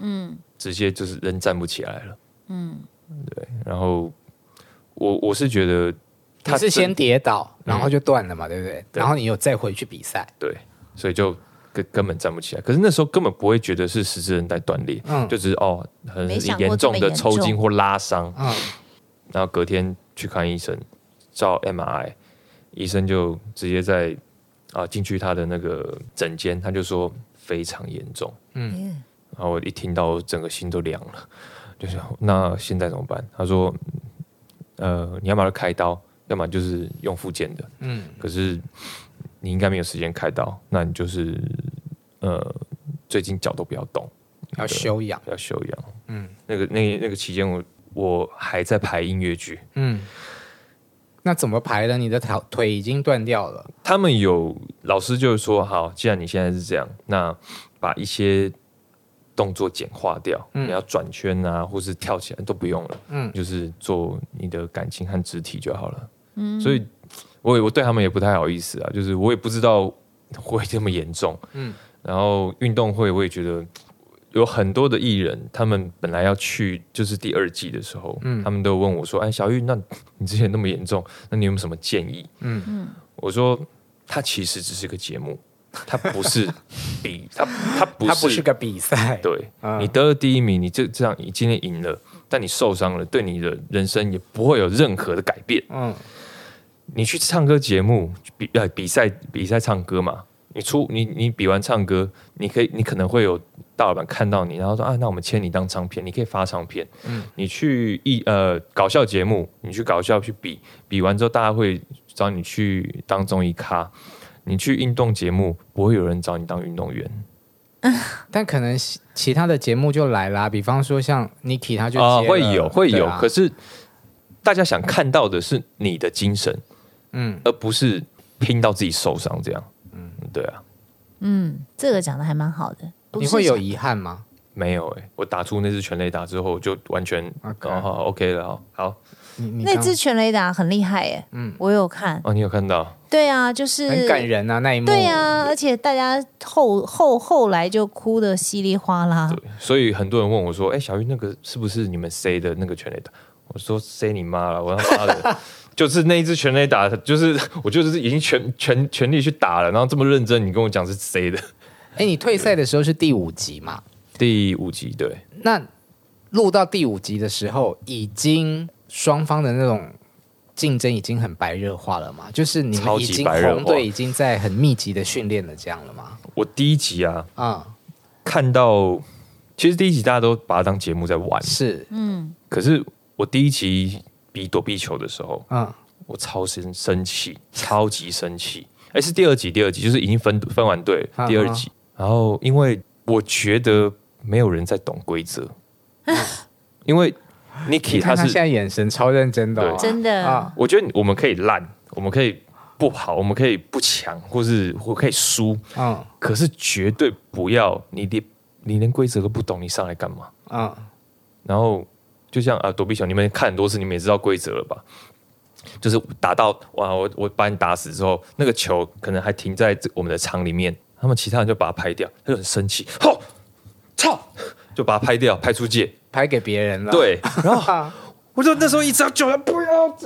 [SPEAKER 1] 嗯，直接就是人站不起来了，嗯，对。然后我我是觉得
[SPEAKER 2] 他
[SPEAKER 1] 他
[SPEAKER 2] 是
[SPEAKER 1] 真
[SPEAKER 2] 先跌倒，然后就断了嘛，对不对？
[SPEAKER 1] 对
[SPEAKER 2] 然后你有再回去比赛，
[SPEAKER 1] 对，所以就根根本站不起来。可是那时候根本不会觉得是十字韧带断裂，
[SPEAKER 2] 嗯
[SPEAKER 1] 就只是哦，很
[SPEAKER 4] 没想过
[SPEAKER 1] 严重
[SPEAKER 4] 这么
[SPEAKER 1] 的
[SPEAKER 4] 严
[SPEAKER 1] 抽筋
[SPEAKER 4] 重
[SPEAKER 1] 或拉伤，
[SPEAKER 2] 嗯
[SPEAKER 1] 然后隔天去看医生，照 MRI，医生就直接在啊进去他的那个诊间，他就说非常严重。
[SPEAKER 3] 嗯
[SPEAKER 1] 然后我一听到，整个心都凉了，就想那现在怎么办？他说，嗯呃，你要么就开刀，要么就是用复健的。
[SPEAKER 2] 嗯
[SPEAKER 1] 可是你应该没有时间开刀，那你就是呃，最近脚都不要动，
[SPEAKER 2] 要修养，
[SPEAKER 1] 要休养。
[SPEAKER 2] 嗯
[SPEAKER 1] 嗯，那个那那个期间我，我还在排音乐剧。
[SPEAKER 2] 嗯。那怎么排呢？你的腿腿已经断掉了，
[SPEAKER 1] 他们有老师就是说，好，既然你现在是这样，那把一些动作简化掉，
[SPEAKER 2] 嗯
[SPEAKER 1] 你要转圈啊，或是跳起来都不用了，
[SPEAKER 2] 嗯
[SPEAKER 1] 就是做你的感情和肢体就好了。嗯，所以我也我对他们也不太好意思啊，就是我也不知道会这么严重。
[SPEAKER 2] 嗯
[SPEAKER 1] 嗯，然后运动会我也觉得。有很多的艺人，他们本来要去，就是第二季的时候，
[SPEAKER 2] 嗯
[SPEAKER 1] 他们都问我说：“哎，小玉，那你之前那么严重，那你有没有什么建议？”
[SPEAKER 2] 嗯，
[SPEAKER 1] 我说，它其实只是个节目，它不是比它它不是
[SPEAKER 2] 它不是个比赛，
[SPEAKER 1] 对、
[SPEAKER 2] 嗯
[SPEAKER 1] 你得了第一名，你这这样你今天赢了，但你受伤了，对你的人生也不会有任何的改变。
[SPEAKER 2] 嗯
[SPEAKER 1] 你去唱歌节目比呃比赛比赛唱歌嘛，你出你你比完唱歌，你可以你可能会有大老板看到你，然后说啊，那我们签你当唱片，你可以发唱片。
[SPEAKER 2] 嗯
[SPEAKER 1] 嗯，你去艺呃搞笑节目，你去搞笑去比，比完之后大家会找你去当综艺咖。你去运动节目，不会有人找你当运动员。
[SPEAKER 2] 但可能其其他的节目就来啦，比方说像 Niki 他就
[SPEAKER 1] 啊，
[SPEAKER 2] 接了
[SPEAKER 1] 会有会有，
[SPEAKER 2] 对啊
[SPEAKER 1] 可是大家想看到的是你的精神，
[SPEAKER 2] 嗯，
[SPEAKER 1] 而不是拼到自己受伤这样。嗯，对啊。
[SPEAKER 4] 嗯，这个讲的还蛮好的。不
[SPEAKER 2] 你
[SPEAKER 4] 是
[SPEAKER 2] 会有
[SPEAKER 4] 想
[SPEAKER 2] 遗憾吗？
[SPEAKER 1] 没有哎、我打出那支全垒打之后，我就完全
[SPEAKER 2] OK
[SPEAKER 1] 哦好 OK 了，好好
[SPEAKER 2] 你你
[SPEAKER 3] 那
[SPEAKER 2] 刚
[SPEAKER 3] 支全雷达很厉害耶，
[SPEAKER 2] 嗯
[SPEAKER 3] 我有看，
[SPEAKER 1] 哦，你有看到
[SPEAKER 3] 对啊，就是
[SPEAKER 2] 很感人啊，那一幕，
[SPEAKER 3] 对呀、而且大家后后后来就哭的稀里哗啦
[SPEAKER 1] 对。，所以很多人问我说，哎、小玉那个是不是你们 C 的那个全垒打？我说 C 你妈了，我他妈的，就是那一支全垒打，就是 我就是已经全全全力去打了，然后这么认真，你跟我讲是 C 的
[SPEAKER 2] 哎，你退赛的时候是第五集嘛？
[SPEAKER 1] 第五集对，
[SPEAKER 2] 那录到第五集的时候，已经双方的那种竞争已经很白热化了嘛？就是你们
[SPEAKER 1] 超
[SPEAKER 2] 已
[SPEAKER 1] 级
[SPEAKER 2] 经
[SPEAKER 1] 白热化
[SPEAKER 2] 红队已经在很密集的训练了，这样了吗？
[SPEAKER 1] 我第一集啊
[SPEAKER 2] 啊、
[SPEAKER 1] 看到，其实第一集大家都把它当节目在玩，
[SPEAKER 2] 是，
[SPEAKER 4] 嗯
[SPEAKER 1] 可是我第一集比躲避球的时候，
[SPEAKER 2] 嗯
[SPEAKER 1] 我超生生气，超级生气。哎，是第二集，第二集就是已经分分完队
[SPEAKER 2] 啊，
[SPEAKER 1] 第二 集。然后因为我觉得没有人在懂规则，因为
[SPEAKER 2] 你
[SPEAKER 1] Niki 他
[SPEAKER 2] 看他
[SPEAKER 1] 是
[SPEAKER 2] 现在眼神超认真的哦、
[SPEAKER 1] 对
[SPEAKER 4] 真的
[SPEAKER 2] 啊，
[SPEAKER 1] 我觉得我们可以烂，我们可以不好，我们可以不强，或是或可以输，
[SPEAKER 2] 嗯
[SPEAKER 1] 可是绝对不要你连你连规则都不懂，你上来干嘛？
[SPEAKER 2] 嗯，
[SPEAKER 1] 然后就像啊，躲避球，你们看很多次，你们也知道规则了吧？就是打到哇，我我把你打死之后，那个球可能还停在这我们的场里面，他们其他人就把它拍掉，他就很生气，吼，操，就把它拍掉，拍出界。
[SPEAKER 2] 拍给别人了。，啊
[SPEAKER 1] 对，然后我就那时候一直要叫他不要。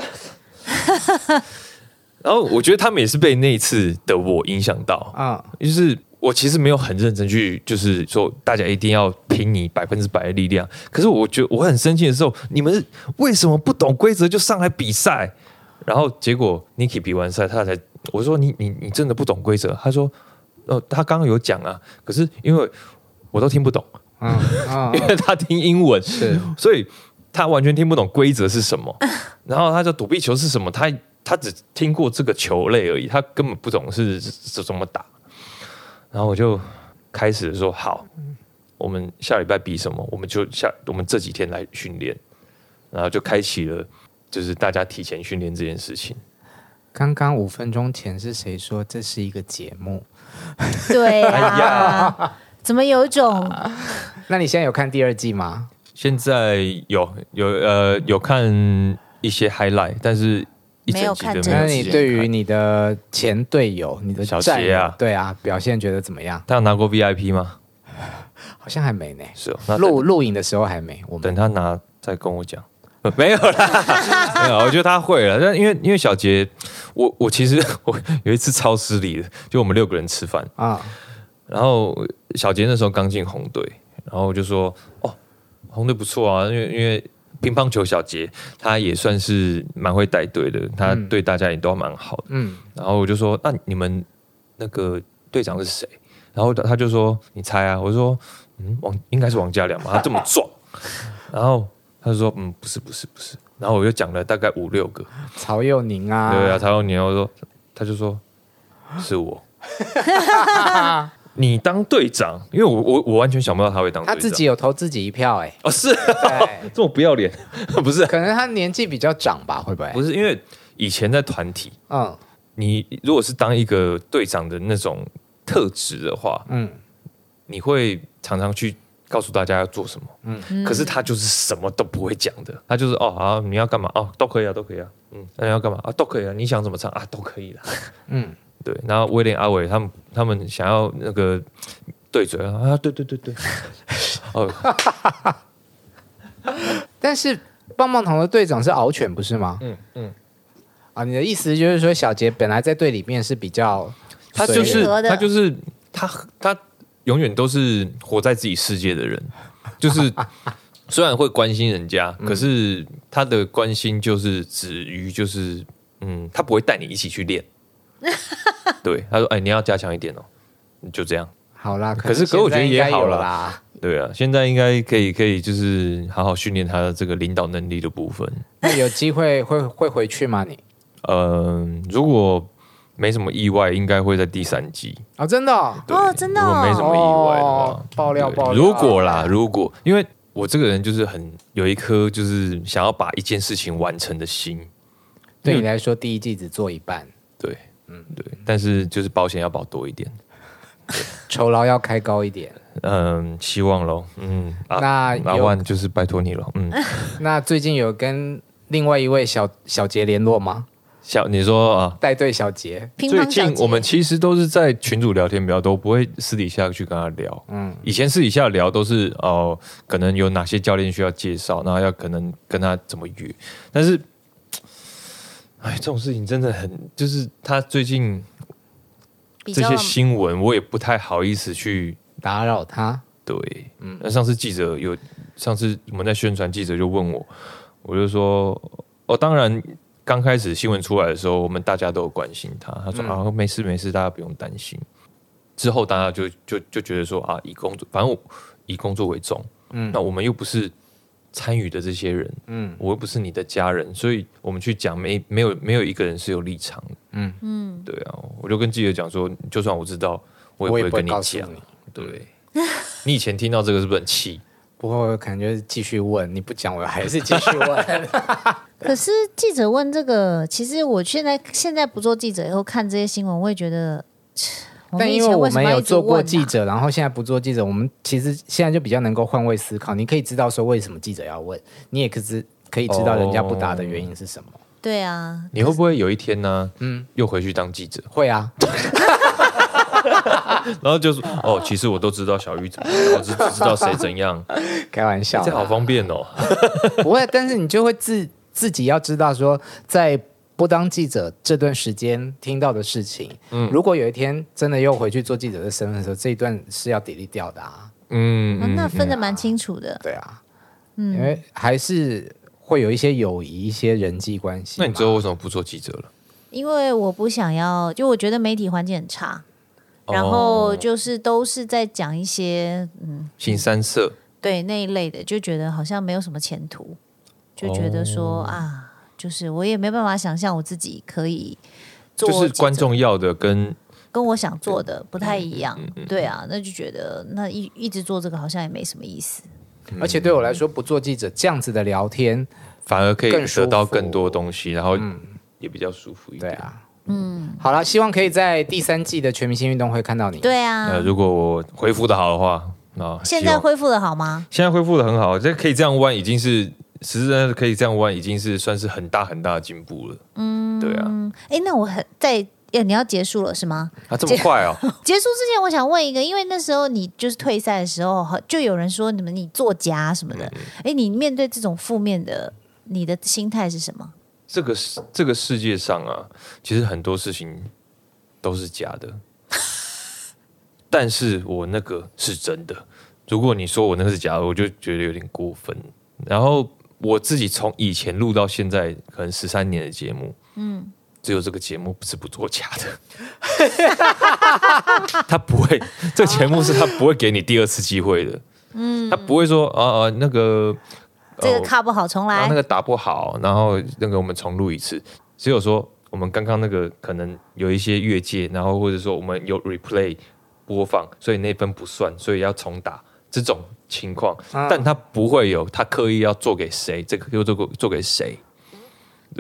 [SPEAKER 1] 然后我觉得他们也是被那一次的我影响到，
[SPEAKER 2] 嗯
[SPEAKER 1] 就是我其实没有很认真去，就是说大家一定要拼你百分之百的力量。可是我觉得我很生气的时候，你们为什么不懂规则就上来比赛？然后结果 Niki 比完赛，他才我说你你你真的不懂规则？他说呃，他刚刚有讲啊，可是因为我都听不懂，
[SPEAKER 2] 嗯 嗯
[SPEAKER 1] 因
[SPEAKER 2] 嗯，
[SPEAKER 1] 为他听英文，
[SPEAKER 2] 是
[SPEAKER 1] 所以他完全听不懂规则是什么，然后他就躲避球是什么，他他只听过这个球类而已，他根本不懂是是怎么打。然后我就开始说好，我们下礼拜比什么，我们就下我们这几天来训练，然后就开启了就是大家提前训练这件事情。
[SPEAKER 2] 刚刚五分钟前是谁说这是一个节目？
[SPEAKER 4] 对
[SPEAKER 1] 哎
[SPEAKER 4] 啊， 怎么有一种
[SPEAKER 2] 那你现在有看第二季吗？
[SPEAKER 1] 现在有有呃有看一些 highlight，但是一
[SPEAKER 4] 没
[SPEAKER 1] 整
[SPEAKER 4] 有
[SPEAKER 1] 集
[SPEAKER 4] 看
[SPEAKER 1] 的
[SPEAKER 4] 整
[SPEAKER 1] 没
[SPEAKER 2] 那
[SPEAKER 1] 有
[SPEAKER 4] 集
[SPEAKER 1] 时
[SPEAKER 2] 你
[SPEAKER 1] 间
[SPEAKER 2] 对于
[SPEAKER 1] 看
[SPEAKER 2] 你的前队友、你的
[SPEAKER 1] 小
[SPEAKER 2] 战
[SPEAKER 1] 杰啊
[SPEAKER 2] 友对啊，表现觉得怎么样？
[SPEAKER 1] 他有拿过 VIP 吗？
[SPEAKER 2] 好像还没呢。
[SPEAKER 1] 是哦，那等
[SPEAKER 2] 录录影的时候还没，我们
[SPEAKER 1] 等他拿再跟我讲。 呃没有啦， 没有，我觉得他会了。但因为因为小杰，我我其实 我有一次超失礼的，就我们六个人吃饭，
[SPEAKER 2] 啊，
[SPEAKER 1] 然后小杰那时候刚进红队，然后我就说哦，红队不错啊，因为因为乒乓球小杰他也算是蛮会带队的，他
[SPEAKER 2] 嗯
[SPEAKER 1] 对大家也都蛮好的。
[SPEAKER 2] 嗯，
[SPEAKER 1] 然后我就说：“那你们那个队长是谁？”然后他就说：“你猜啊。”我说：“嗯，王应该是王家良嘛，他这么壮。” 然后他就说：“嗯，不是，不是，不是。”然后我就讲了大概五六个，
[SPEAKER 2] 曹佑宁啊，
[SPEAKER 1] 对啊，他说：“你要说。”他就说：“是我。”你当队长，因为我我我完全想不到他会当队
[SPEAKER 2] 他
[SPEAKER 1] 长。
[SPEAKER 2] 自己有投自己一票哎、
[SPEAKER 1] 哦，是
[SPEAKER 2] 对
[SPEAKER 1] 这么不要脸，不是啊
[SPEAKER 2] 可能他年纪比较长吧，会不会？
[SPEAKER 1] 不是，因为以前在团体，
[SPEAKER 2] 嗯
[SPEAKER 1] 你如果是当一个队长的那种特质的话，
[SPEAKER 2] 嗯，
[SPEAKER 1] 你会常常去告诉大家要做什么，嗯，可是他就是什么都不会讲的，他就是哦啊，你要干嘛哦，都可以啊，都可以啊，嗯，那你要干嘛啊，都可以啊，你想怎么唱啊，都可以啦，
[SPEAKER 2] 嗯，
[SPEAKER 1] 对，然后威廉阿伟他们他们想要那个对嘴啊，对对对 对，哦，
[SPEAKER 2] 但是棒棒糖的队长是敖犬不是吗？
[SPEAKER 1] 嗯嗯，
[SPEAKER 2] 啊，你的意思就是说小杰本来在队里面是比较
[SPEAKER 1] 他
[SPEAKER 2] 随
[SPEAKER 1] 就
[SPEAKER 2] 缘，
[SPEAKER 1] 是
[SPEAKER 4] 随和的
[SPEAKER 1] 他就是他他永远都是活在自己世界的人，就是虽然会关心人家，
[SPEAKER 2] 嗯
[SPEAKER 1] 可是他的关心就是止于就是嗯，他不会带你一起去 练。对，他说：“哎、你要加强一点哦。”就这样，
[SPEAKER 2] 好啦，
[SPEAKER 1] 可是
[SPEAKER 2] 能
[SPEAKER 1] 可我觉得
[SPEAKER 2] 现在应该
[SPEAKER 1] 也好
[SPEAKER 2] 有
[SPEAKER 1] 啦
[SPEAKER 2] 啦。
[SPEAKER 1] 对啊，现在应该可以可以就是好好训练他的这个领导能力的部分。
[SPEAKER 2] 那有机会会会回去吗你？
[SPEAKER 1] 嗯、如果没什么意外，应该会在第三季。
[SPEAKER 2] 哦，真的哦、
[SPEAKER 1] 对
[SPEAKER 4] 哦真的哦
[SPEAKER 1] 如果没什么意外的话，
[SPEAKER 2] 哦爆料
[SPEAKER 1] 对
[SPEAKER 2] 爆料
[SPEAKER 1] 如果啦，如果因为我这个人就是很有一颗就是想要把一件事情完成的心，
[SPEAKER 2] 对你来说第一季只做一半，
[SPEAKER 1] 对，嗯，对，但是就是保险要保多一点，
[SPEAKER 2] 酬劳要开高一点。
[SPEAKER 1] 嗯，希望喽，嗯，啊
[SPEAKER 2] 那
[SPEAKER 1] 阿
[SPEAKER 2] 有
[SPEAKER 1] 万就是拜托你了，嗯，
[SPEAKER 2] 那最近有跟另外一位小小杰联络吗？
[SPEAKER 1] 小你说啊。
[SPEAKER 2] 带队小杰，
[SPEAKER 4] 乒
[SPEAKER 1] 最
[SPEAKER 4] 乓小
[SPEAKER 1] 近我们
[SPEAKER 4] 姐
[SPEAKER 1] 其实都是在群组聊天比较多，不会私底下去跟他聊。嗯，以前私底下聊都是哦、可能有哪些教练需要介绍，然后要可能跟他怎么约。但是，哎，这种事情真的很，就是他最近
[SPEAKER 4] 比
[SPEAKER 1] 这
[SPEAKER 4] 较
[SPEAKER 1] 些新闻，我也不太好意思去
[SPEAKER 2] 打扰他。
[SPEAKER 1] 对。那上次记者有，上次我们在宣传，记者就问我，我就说，哦，当然。刚开始新闻出来的时候，我们大家都有关心他。他说：“啊，没事没事，大家不用担心。”之后大家就就就觉得说啊，以工作，反正我以工作为重，嗯，那我们又不是参与的这些人，嗯，我又不是你的家人，所以我们去讲没没有没有一个人是有立场的，
[SPEAKER 2] 嗯
[SPEAKER 1] 嗯，对啊，我就跟记者讲说，就算我知道，我也不会跟
[SPEAKER 2] 告诉
[SPEAKER 1] 讲，
[SPEAKER 2] 你。
[SPEAKER 1] 嗯 对。你以前听到这个是不是很气？
[SPEAKER 2] 不过我可能就是继续问，你不讲我还是继续问。
[SPEAKER 4] 可是记者问这个，其实我现在现在不做记者以后看这些新闻，我也觉得，我
[SPEAKER 2] 但
[SPEAKER 4] 们以
[SPEAKER 2] 因为
[SPEAKER 4] 前
[SPEAKER 2] 我
[SPEAKER 4] 为什
[SPEAKER 2] 们
[SPEAKER 4] 么要
[SPEAKER 2] 有
[SPEAKER 4] 一直
[SPEAKER 2] 做过
[SPEAKER 4] 问
[SPEAKER 2] 记
[SPEAKER 4] 啊
[SPEAKER 2] 者，然后现在不做记者，我们其实现在就比较能够换位思考。你可以知道说为什么记者要问，你也可知可以知道人家不答的原因是什么。
[SPEAKER 4] 对啊，
[SPEAKER 1] 你会不会有一天呢？嗯，又回去当记者，
[SPEAKER 2] 会啊，
[SPEAKER 1] 然后就是哦，其实我都知道小鱼怎么样，我只只知道谁怎 样，
[SPEAKER 2] 开玩笑啦，
[SPEAKER 1] 这好方便哦。
[SPEAKER 2] 不会，但是你就会自自己要知道说，在不当记者这段时间听到的事情，
[SPEAKER 1] 嗯
[SPEAKER 2] 如果有一天真的又回去做记者的身份的时候，这一段是要 delete 掉的啊，
[SPEAKER 1] 嗯，
[SPEAKER 4] 啊
[SPEAKER 1] 嗯
[SPEAKER 4] 那分的蛮清楚的。
[SPEAKER 2] 对啊，
[SPEAKER 4] 嗯
[SPEAKER 2] 因为还是会有一些友谊、一些人际关系嘛。
[SPEAKER 1] 那你之后为什么不做记者了？
[SPEAKER 4] 因为我不想要，就我觉得媒体环境很差，然后
[SPEAKER 1] 哦
[SPEAKER 4] 就是都是在讲一些
[SPEAKER 1] 新三色，
[SPEAKER 4] 对那一类的，就觉得好像没有什么前途，就觉得
[SPEAKER 1] 哦
[SPEAKER 4] 说、啊，就是我也没办法想象我自己可以做
[SPEAKER 1] 就是
[SPEAKER 4] 记者
[SPEAKER 1] 观众要的跟
[SPEAKER 4] 跟我想做的不太一
[SPEAKER 1] 嗯
[SPEAKER 4] 样，对啊，那就觉得那一一直做这个好像也没什么意思，
[SPEAKER 2] 而且对我来说，不做记者这样子的聊天，
[SPEAKER 1] 反而可以
[SPEAKER 2] 更舒服
[SPEAKER 1] 得到更多东西，然后也比较舒服一
[SPEAKER 2] 对
[SPEAKER 1] 点。
[SPEAKER 2] 啊，嗯，好了，希望可以在第三季的全明星运动会看到你。
[SPEAKER 4] 对啊。
[SPEAKER 1] 那如果我恢复的好的话，那
[SPEAKER 4] 现
[SPEAKER 1] 希
[SPEAKER 4] 在
[SPEAKER 1] 望
[SPEAKER 4] 恢复的好吗？
[SPEAKER 1] 现在恢复的很好，这可以这样弯，已经是实质上可以这样弯，已经是算是很大很大的进步了。嗯，对啊，
[SPEAKER 4] 哎，那我很在，哎你要结束了是吗？
[SPEAKER 1] 啊这么快哦，
[SPEAKER 4] 结束之前，我想问一个，因为那时候你就是退赛的时候，好就有人说你们你作家什么的，
[SPEAKER 1] 嗯
[SPEAKER 4] 哎，你面对这种负面的，你的心态是什么？
[SPEAKER 1] 这个世这个世界上啊，其实很多事情都是假的， 但是我那个是真的。如果你说我那个是假的，我就觉得有点过分。然后我自己从以前录到现在，可能十三年的节目，嗯，只有这个节目是不作假的。 他不会，这个节目是他不会给你第二次机会的。嗯，他不会说啊啊那个
[SPEAKER 4] 这
[SPEAKER 1] 哦
[SPEAKER 4] 个卡不好，重
[SPEAKER 1] 然后
[SPEAKER 4] 来
[SPEAKER 1] 那。个打不好，然后那个我们重录一次。只有说我们刚刚那个可能有一些越界，然后或者说我们有 replay 播放，所以那分不算，所以要重打这种情况。但他不会有他刻意要做给谁，这个又做给做给谁。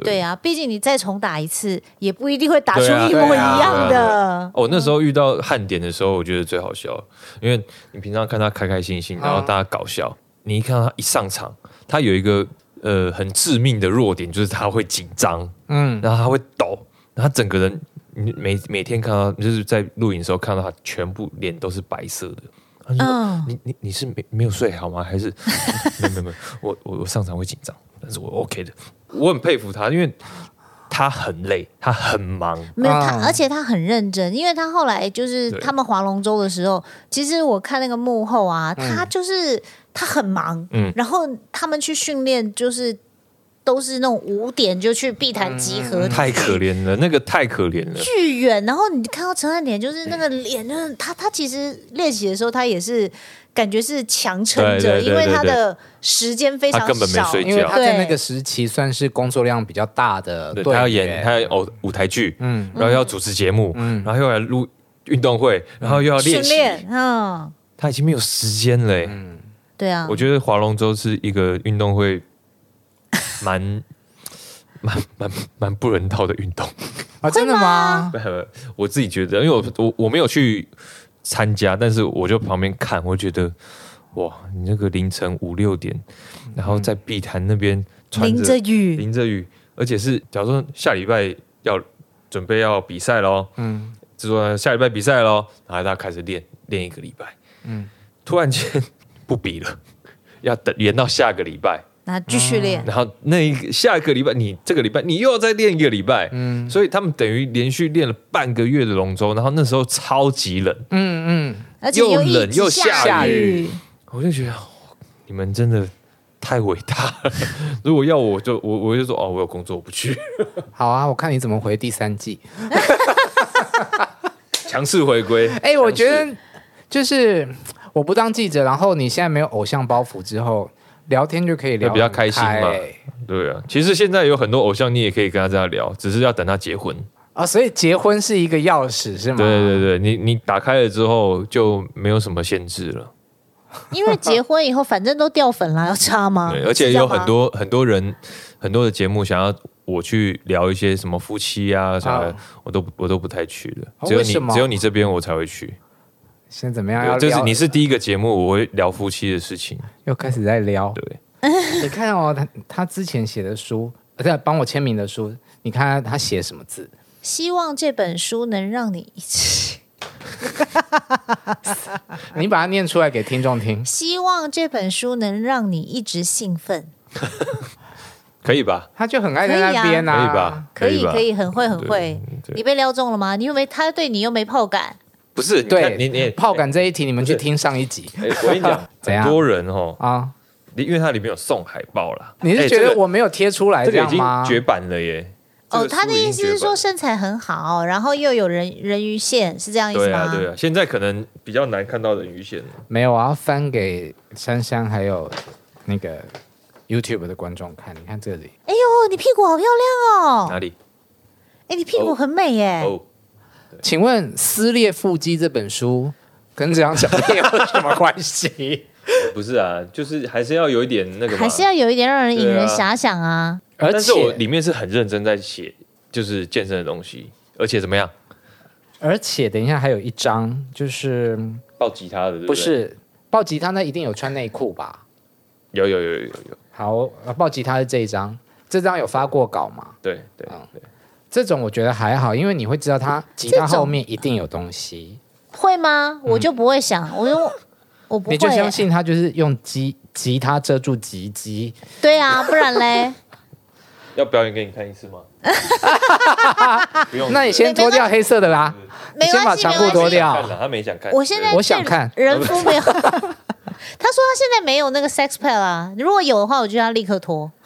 [SPEAKER 4] 对啊，毕竟你再重打一次，也不一定会打出
[SPEAKER 1] 对啊
[SPEAKER 4] 一
[SPEAKER 1] 对啊
[SPEAKER 4] 模
[SPEAKER 1] 对
[SPEAKER 4] 一
[SPEAKER 1] 啊
[SPEAKER 4] 样
[SPEAKER 1] 对啊
[SPEAKER 4] 的。
[SPEAKER 1] 哦，那时候遇到汉典的时候，我觉得最好笑，因为你平常看他开开心心，然后大家搞笑，你一看到他一上场，他有一个呃很致命的弱点，就是他会紧张。
[SPEAKER 2] 嗯，
[SPEAKER 1] 然后他会抖，然后他整个人，你每每天看到就是在录影的时候看到他全部脸都是白色的。他就说
[SPEAKER 4] 嗯
[SPEAKER 1] 你你你是没没有睡好吗？还是没有没有没有，我我我上场会紧张，但是我 OK 的。我很佩服他，因为他很累，他很忙，
[SPEAKER 4] 没有他，
[SPEAKER 2] 啊
[SPEAKER 4] 而且他很认真，因为他后来就是
[SPEAKER 1] 对
[SPEAKER 4] 他们划龙舟的时候，其实我看那个幕后啊，他就是他很忙，
[SPEAKER 1] 嗯
[SPEAKER 4] 然后他们去训练就是都是那种五点就去碧潭集合，
[SPEAKER 1] 嗯太可怜了，那个太可怜了。
[SPEAKER 4] 巨远，然后你看到陈汉典就是那个脸，就是他他其实练习的时候，他也是感觉是强撑着，
[SPEAKER 1] 对对对
[SPEAKER 4] 因为他
[SPEAKER 1] 对对
[SPEAKER 4] 的时间非常
[SPEAKER 1] 他根本没
[SPEAKER 4] 少，
[SPEAKER 1] 睡
[SPEAKER 2] 因为他
[SPEAKER 4] 对
[SPEAKER 2] 在那个时期算是工作量比较大的
[SPEAKER 1] 啊对
[SPEAKER 2] 队
[SPEAKER 1] 他要
[SPEAKER 2] 员
[SPEAKER 1] 演，他要偶舞台剧，嗯，然后要主持节目，嗯，然后又来录运动会，然后又要
[SPEAKER 4] 训
[SPEAKER 1] 练习，
[SPEAKER 4] 练，嗯，
[SPEAKER 1] 他已经没有时间了、欸。
[SPEAKER 4] 对啊
[SPEAKER 1] 我，觉得划龙舟是一个运动会 蛮蛮蛮蛮不人道的运 动。
[SPEAKER 2] 啊，真的吗？
[SPEAKER 1] 我自己觉得，因为我我我没有去参加，但是我就旁边看，我觉得哇，你那个凌晨五六点，然后在碧潭那边穿
[SPEAKER 4] 淋着雨，
[SPEAKER 1] 淋着雨，而且是假如说下礼拜要准备要比赛喽，嗯，就说下礼拜比赛喽，然后大家开始练练一个礼拜，嗯，突然间 不比了，要等延到下个礼拜，
[SPEAKER 4] 那继续练，
[SPEAKER 1] 然后那一个下个礼拜，你这个礼拜你又要再练一个礼拜，嗯，所以他们等于连续练了半个月的龙舟，然后那时候超级冷，
[SPEAKER 2] 嗯嗯，
[SPEAKER 4] 而且
[SPEAKER 1] 又
[SPEAKER 4] 一
[SPEAKER 1] 冷
[SPEAKER 4] 直
[SPEAKER 1] 又
[SPEAKER 4] 下
[SPEAKER 1] 下
[SPEAKER 4] 雨
[SPEAKER 1] 雨，我就觉得哦你们真的太伟大了。 如果要我就我我就说哦，我有工作我不去，
[SPEAKER 2] 好啊，我看你怎么回第三季。
[SPEAKER 1] 强势回归。
[SPEAKER 2] 哎、我觉
[SPEAKER 1] 强势
[SPEAKER 2] 得就是我不当记者，然后你现在没有偶像包袱之后，聊天就可以聊
[SPEAKER 1] 会比较
[SPEAKER 2] 很
[SPEAKER 1] 开心嘛
[SPEAKER 2] 欸
[SPEAKER 1] 对啊，其实现在有很多偶像，你也可以跟他这样聊，只是要等他结婚。
[SPEAKER 2] 啊、所以结婚是一个钥匙是吗？
[SPEAKER 1] 对对对，你你打开了之后就没有什么限制了。
[SPEAKER 4] 因为结婚以后反正都掉粉啦，
[SPEAKER 3] 要插
[SPEAKER 2] 啊
[SPEAKER 3] 吗？
[SPEAKER 1] 对，而且
[SPEAKER 4] 是这
[SPEAKER 1] 有
[SPEAKER 4] 样吗
[SPEAKER 1] 很多很多人很多的节目想要我去聊一些什么夫妻啊啥的，
[SPEAKER 2] 啊
[SPEAKER 1] 我都我都不太去的，
[SPEAKER 2] 啊
[SPEAKER 1] 只有
[SPEAKER 2] 为什
[SPEAKER 1] 你
[SPEAKER 2] 么
[SPEAKER 1] 只有你这边我才会去。
[SPEAKER 2] 现在怎么样？要
[SPEAKER 1] 对就是
[SPEAKER 2] 聊
[SPEAKER 1] 你是第一个节目，我会聊夫妻的事情。
[SPEAKER 2] 又开始在聊。
[SPEAKER 1] 对，
[SPEAKER 2] 你看哦，他他之前写的书，呃在帮我签名的书，你看他写什么字？
[SPEAKER 4] 希望这本书能让你，。
[SPEAKER 2] 你把它念出来给听众听
[SPEAKER 4] 希望这本书能让你一直兴奋，
[SPEAKER 1] 可以吧？
[SPEAKER 2] 他就很爱在那边
[SPEAKER 1] 可
[SPEAKER 2] 啊，
[SPEAKER 1] 以吧？
[SPEAKER 4] 可以
[SPEAKER 1] 吧？
[SPEAKER 4] 可以，很会很会。
[SPEAKER 1] 对
[SPEAKER 4] 你被撩中了吗？你又没他对你又没炮感，
[SPEAKER 1] 不是，你
[SPEAKER 2] 对，
[SPEAKER 1] 看你你 也
[SPEAKER 2] 炮感这一题，你们去听上一集
[SPEAKER 1] 哎，我跟你讲，
[SPEAKER 2] 怎样
[SPEAKER 1] 很多人哦，
[SPEAKER 2] 啊。
[SPEAKER 1] 里因为它里面有送海报啦。
[SPEAKER 2] 你
[SPEAKER 1] 哎
[SPEAKER 2] 是觉
[SPEAKER 1] 这
[SPEAKER 2] 得
[SPEAKER 1] 个
[SPEAKER 2] 我没有贴出来
[SPEAKER 1] 这
[SPEAKER 2] 这
[SPEAKER 1] 个已
[SPEAKER 2] 样
[SPEAKER 1] 经
[SPEAKER 2] 吗？
[SPEAKER 1] 绝版了耶？
[SPEAKER 4] 哦，
[SPEAKER 1] 这个
[SPEAKER 4] 他的
[SPEAKER 1] 书已经
[SPEAKER 4] 意思是
[SPEAKER 1] 绝版
[SPEAKER 4] 说
[SPEAKER 1] 了
[SPEAKER 4] 身材很好，然后又有人人鱼线，是这样意思
[SPEAKER 1] 对
[SPEAKER 4] 吗？
[SPEAKER 1] 啊对啊，现在可能比较难看到人鱼线了。
[SPEAKER 2] 没有，我要翻给珊珊还有那个 YouTube 的观众看。你看这里，
[SPEAKER 4] 哎呦，你屁股好漂亮哦！
[SPEAKER 1] 哪里？
[SPEAKER 4] 哎，你屁股很美耶。
[SPEAKER 1] 哦，
[SPEAKER 2] 请问《撕裂腹肌》这本书跟这张照片有什么关系？
[SPEAKER 1] 不是啊，就是还是要有一点那个嘛，
[SPEAKER 4] 还是要有一点让人引
[SPEAKER 1] 对啊
[SPEAKER 4] 人遐想啊！
[SPEAKER 2] 而
[SPEAKER 1] 但是我
[SPEAKER 2] 且
[SPEAKER 1] 里面是很认真在写，就是健身的东西，而且怎么样，
[SPEAKER 2] 而且，等一下还有一张，就是
[SPEAKER 1] 抱吉他的对不对
[SPEAKER 2] 不是抱吉他那一定有穿内裤吧？
[SPEAKER 1] 有有有有有有，
[SPEAKER 2] 好，呃抱吉他是这一张，这张有发过稿吗？
[SPEAKER 1] 对对
[SPEAKER 2] 好
[SPEAKER 1] 对，
[SPEAKER 2] 这种我觉得还好，因为你会知道它吉他后面一定有东西，
[SPEAKER 1] 啊
[SPEAKER 4] 会吗？我就不会想，我
[SPEAKER 1] 嗯
[SPEAKER 4] 用 我不
[SPEAKER 2] 你就
[SPEAKER 4] 会耶。
[SPEAKER 2] 相信它就是用吉吉他遮住吉吉。
[SPEAKER 4] 对啊，不然 嘞，
[SPEAKER 1] 要表演给你看一次 吗？不
[SPEAKER 4] 哦
[SPEAKER 1] 用，
[SPEAKER 2] 那你先脱掉黑色的啦，你
[SPEAKER 4] 没
[SPEAKER 2] 先把
[SPEAKER 4] 关系，
[SPEAKER 2] 长
[SPEAKER 4] 没
[SPEAKER 2] 裤
[SPEAKER 4] 关
[SPEAKER 2] 脱
[SPEAKER 4] 系。
[SPEAKER 1] 看啊
[SPEAKER 2] 掉。
[SPEAKER 1] 了，他没想看。
[SPEAKER 4] 我现在
[SPEAKER 2] 我想看
[SPEAKER 4] 对人夫没 有，他说他现在没有那个 sex p a l 啊，如果有的话，我就要立刻脱。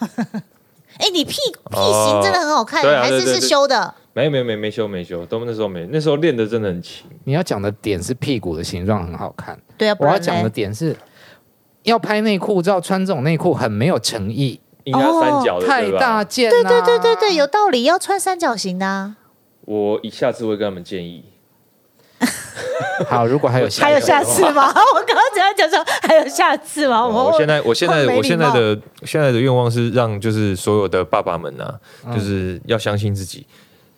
[SPEAKER 4] 哎，你屁屁型真的很好看，
[SPEAKER 1] 哦对啊
[SPEAKER 4] 还是
[SPEAKER 1] 对对
[SPEAKER 4] 是
[SPEAKER 1] 对
[SPEAKER 4] 修的？
[SPEAKER 1] 没没没没修没修，都那时候没，那时候练的真的很勤。
[SPEAKER 2] 你要讲的点是屁股的形状很好看，
[SPEAKER 4] 对啊，不
[SPEAKER 2] 我要
[SPEAKER 4] 然
[SPEAKER 2] 讲的
[SPEAKER 4] 嘞，
[SPEAKER 2] 点是要拍内裤照穿这种内裤很没有诚意，
[SPEAKER 1] 应该
[SPEAKER 4] 哦
[SPEAKER 1] 三角的、
[SPEAKER 2] 太
[SPEAKER 1] 对吧？
[SPEAKER 2] 大件、啊。
[SPEAKER 4] 对对对对对，有道理，要穿三角形的啊。
[SPEAKER 1] 我一下次会跟他们建议，
[SPEAKER 2] 好，如果还有
[SPEAKER 3] 还有
[SPEAKER 2] 一个
[SPEAKER 3] 下次 吗？我刚刚只要讲说还有下次吗？
[SPEAKER 1] 哦
[SPEAKER 3] 我
[SPEAKER 1] 我现在我现在
[SPEAKER 3] 很没
[SPEAKER 1] 我现在
[SPEAKER 3] 礼貌
[SPEAKER 1] 的现在的愿望是让就是所有的爸爸们啊，
[SPEAKER 3] 嗯
[SPEAKER 1] 就是要相信自己，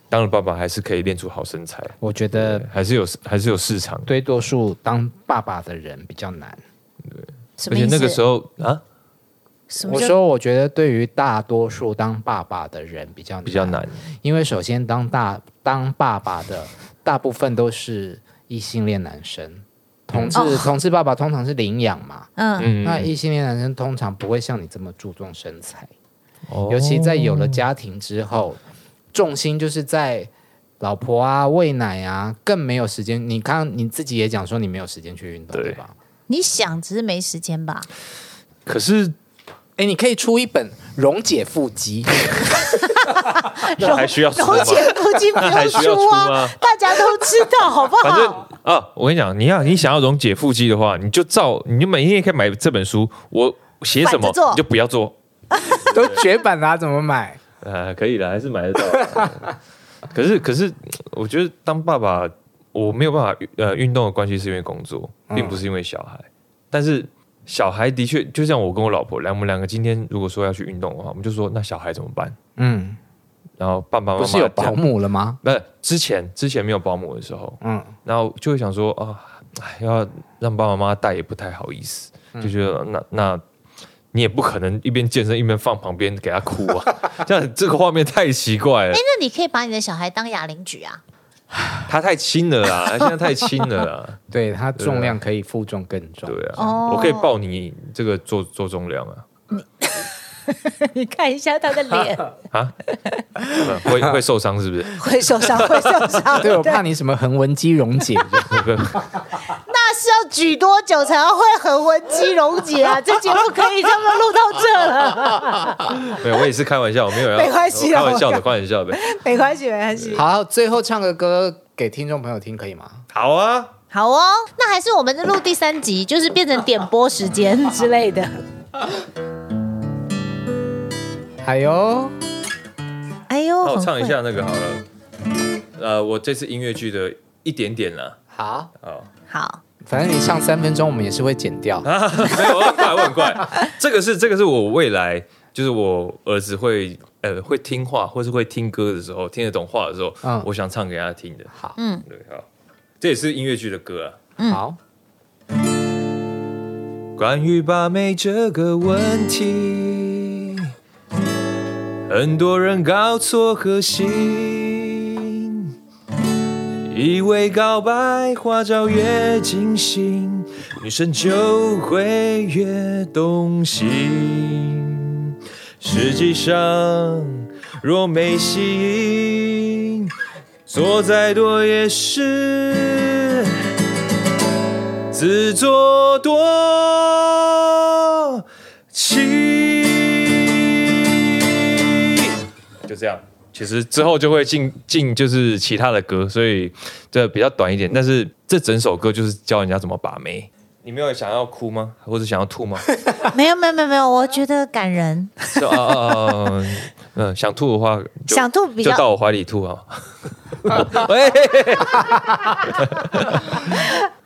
[SPEAKER 1] 当了爸爸还是可以练出好身材，
[SPEAKER 2] 我觉得
[SPEAKER 1] 还是有还是有市场。
[SPEAKER 2] 对多数当爸爸的人比较难。
[SPEAKER 4] 什
[SPEAKER 1] 而
[SPEAKER 4] 么
[SPEAKER 1] 且
[SPEAKER 4] 意
[SPEAKER 1] 那个时
[SPEAKER 4] 思？
[SPEAKER 1] 候啊
[SPEAKER 4] 什
[SPEAKER 2] 我
[SPEAKER 4] 么叫
[SPEAKER 2] 说，我觉得对于大多数当爸爸的人比较
[SPEAKER 1] 比较，难，
[SPEAKER 2] 因为首先当大当爸爸的大部分都是异性恋男生，同志、
[SPEAKER 4] 哦
[SPEAKER 2] 同志爸爸通常是领养嘛，
[SPEAKER 4] 嗯？
[SPEAKER 1] 嗯，
[SPEAKER 2] 那异性恋男生通常不会像你这么注重身材，
[SPEAKER 3] 嗯
[SPEAKER 1] 哦
[SPEAKER 2] 尤其在有了家庭之后，重心就是在。老婆啊，喂奶啊，更没有时间。你看你自己也讲说你没有时间去运动，
[SPEAKER 1] 对
[SPEAKER 2] 对吧？
[SPEAKER 4] 你想只是没时间吧？
[SPEAKER 1] 可是
[SPEAKER 2] 哎，你可以出一本《溶解腹肌》，
[SPEAKER 1] 那还需要
[SPEAKER 3] 柔
[SPEAKER 1] 说啊吗？
[SPEAKER 3] 哎姐估计不
[SPEAKER 1] 那还
[SPEAKER 3] 用
[SPEAKER 1] 需要
[SPEAKER 3] 出
[SPEAKER 1] 出
[SPEAKER 3] 啊，
[SPEAKER 1] 吗？
[SPEAKER 3] 大家都知道好不
[SPEAKER 1] 反正
[SPEAKER 4] 哎
[SPEAKER 3] 好？
[SPEAKER 1] 啊，我跟你讲，你要你想要溶解腹肌的话，你就照，你就每天也可以买这本书，我写什么
[SPEAKER 3] 反着做
[SPEAKER 1] 你就不要做，
[SPEAKER 2] 都绝版啦、怎么买？
[SPEAKER 1] 呃，可以了，还是买得到。 可是，可是，我觉得当爸爸，我没有办法呃运动的关系是因为工作，并不是因为小孩。但是小孩的确，就像我跟我老婆，两我们两个今天如果说要去运动的话，我们就说那小孩怎么办？
[SPEAKER 2] 嗯，
[SPEAKER 1] 然后爸爸妈妈
[SPEAKER 2] 不是有保
[SPEAKER 1] 这样，
[SPEAKER 2] 姆了吗？
[SPEAKER 1] 不是之前之前没有保姆的时候，
[SPEAKER 2] 嗯，
[SPEAKER 1] 然后就会想说啊，哎要让爸爸妈妈带也不太好意思，
[SPEAKER 2] 嗯
[SPEAKER 1] 就觉得那那。你也不可能一边健身一边放旁边给他哭啊， 这样这个画面太奇怪了
[SPEAKER 4] 哎，。那你可以把你的小孩当哑铃举啊。
[SPEAKER 1] 他太轻了 啦，现在太轻了啦。
[SPEAKER 2] 对，它重量可以负重更重。
[SPEAKER 1] 对啊，
[SPEAKER 4] 哦
[SPEAKER 1] 我可以抱你这个做做重量啊
[SPEAKER 4] 你看一下他的脸，
[SPEAKER 1] 啊，嗯会会受伤是 不是？
[SPEAKER 3] 会受伤，会受伤。
[SPEAKER 2] 对，我怕你什么横纹肌溶解，
[SPEAKER 3] 那是要举多久才会横纹肌溶解啊？这节目可以这么录到这了，
[SPEAKER 1] 没有，我也是开玩笑，我没有要，
[SPEAKER 3] 没关系啊
[SPEAKER 1] 开玩笑的，
[SPEAKER 3] 我
[SPEAKER 1] 开玩笑的。
[SPEAKER 3] 没关系，没关系。
[SPEAKER 2] 好，最后唱个歌给听众朋友听，可以吗？
[SPEAKER 1] 好啊，
[SPEAKER 4] 好哦，那还是我们录第三集，就是变成点播时间之类 的。
[SPEAKER 2] 哎呦，
[SPEAKER 4] 哎呦，
[SPEAKER 1] 那我
[SPEAKER 4] 很
[SPEAKER 1] 唱一
[SPEAKER 4] 会
[SPEAKER 1] 下那个好了。呃，我这次音乐剧的一点点啦。
[SPEAKER 2] 好，
[SPEAKER 1] 好，
[SPEAKER 4] 好，
[SPEAKER 2] 反正你上三分钟，我们也是会剪掉。
[SPEAKER 1] 嗯没有，我很快，我很快。这个是这个是我未来，就是我儿子会呃会听话，或是会听歌的时候，听得懂话的时候，
[SPEAKER 2] 嗯
[SPEAKER 1] 我想唱给他听的。
[SPEAKER 2] 好，
[SPEAKER 1] 对，好，这也是音乐剧的歌啊。
[SPEAKER 2] 好，
[SPEAKER 1] 关于把妹这个问题，很多人搞错核心，以为告白花招越精心，女生就会越动心。实际上，若没吸引，做再多也是自作多情。就这样，其实之后就会进进就是其他的歌，所以这比较短一点。但是这整首歌就是教人家怎么把妹。你没有想要哭吗？或者想要 吐吗？
[SPEAKER 4] 没有没有没有没有，我觉得感人。
[SPEAKER 1] 是啊啊啊！嗯嗯，想吐的话就
[SPEAKER 4] 想吐比
[SPEAKER 1] 就
[SPEAKER 4] 较
[SPEAKER 1] 到我怀里吐啊！ 喂，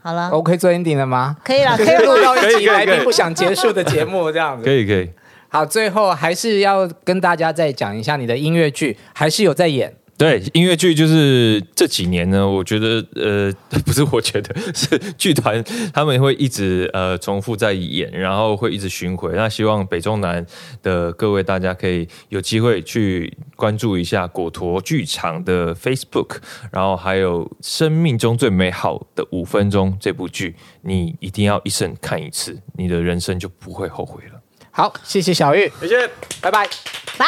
[SPEAKER 4] 好了，
[SPEAKER 2] 我可以做 ending 了吗？
[SPEAKER 4] 可以了， 可以
[SPEAKER 2] 录
[SPEAKER 4] 了。
[SPEAKER 2] 到一
[SPEAKER 1] 可以可以
[SPEAKER 2] 集来
[SPEAKER 1] 可
[SPEAKER 2] 宾
[SPEAKER 1] 以
[SPEAKER 2] 不想结束的节目，这样
[SPEAKER 1] 可
[SPEAKER 2] 子。
[SPEAKER 1] 以可以，
[SPEAKER 2] 好，最后还是要跟大家再讲一下你的音乐剧，还是有在演。
[SPEAKER 1] 对，音乐剧就是呃这几年呢，我觉得呃，不是我觉得是剧团他们会一直呃重复在演，然后会一直巡回。那希望北中南的各位大家可以有机会去关注一下果陀剧场的 Facebook，然后还有《生命中最美好的五分钟》这部剧，你一定要一生看一次，你的人生就不会后悔了。
[SPEAKER 2] 好，谢谢小玉，
[SPEAKER 1] 谢谢。
[SPEAKER 2] 拜拜。
[SPEAKER 4] 拜。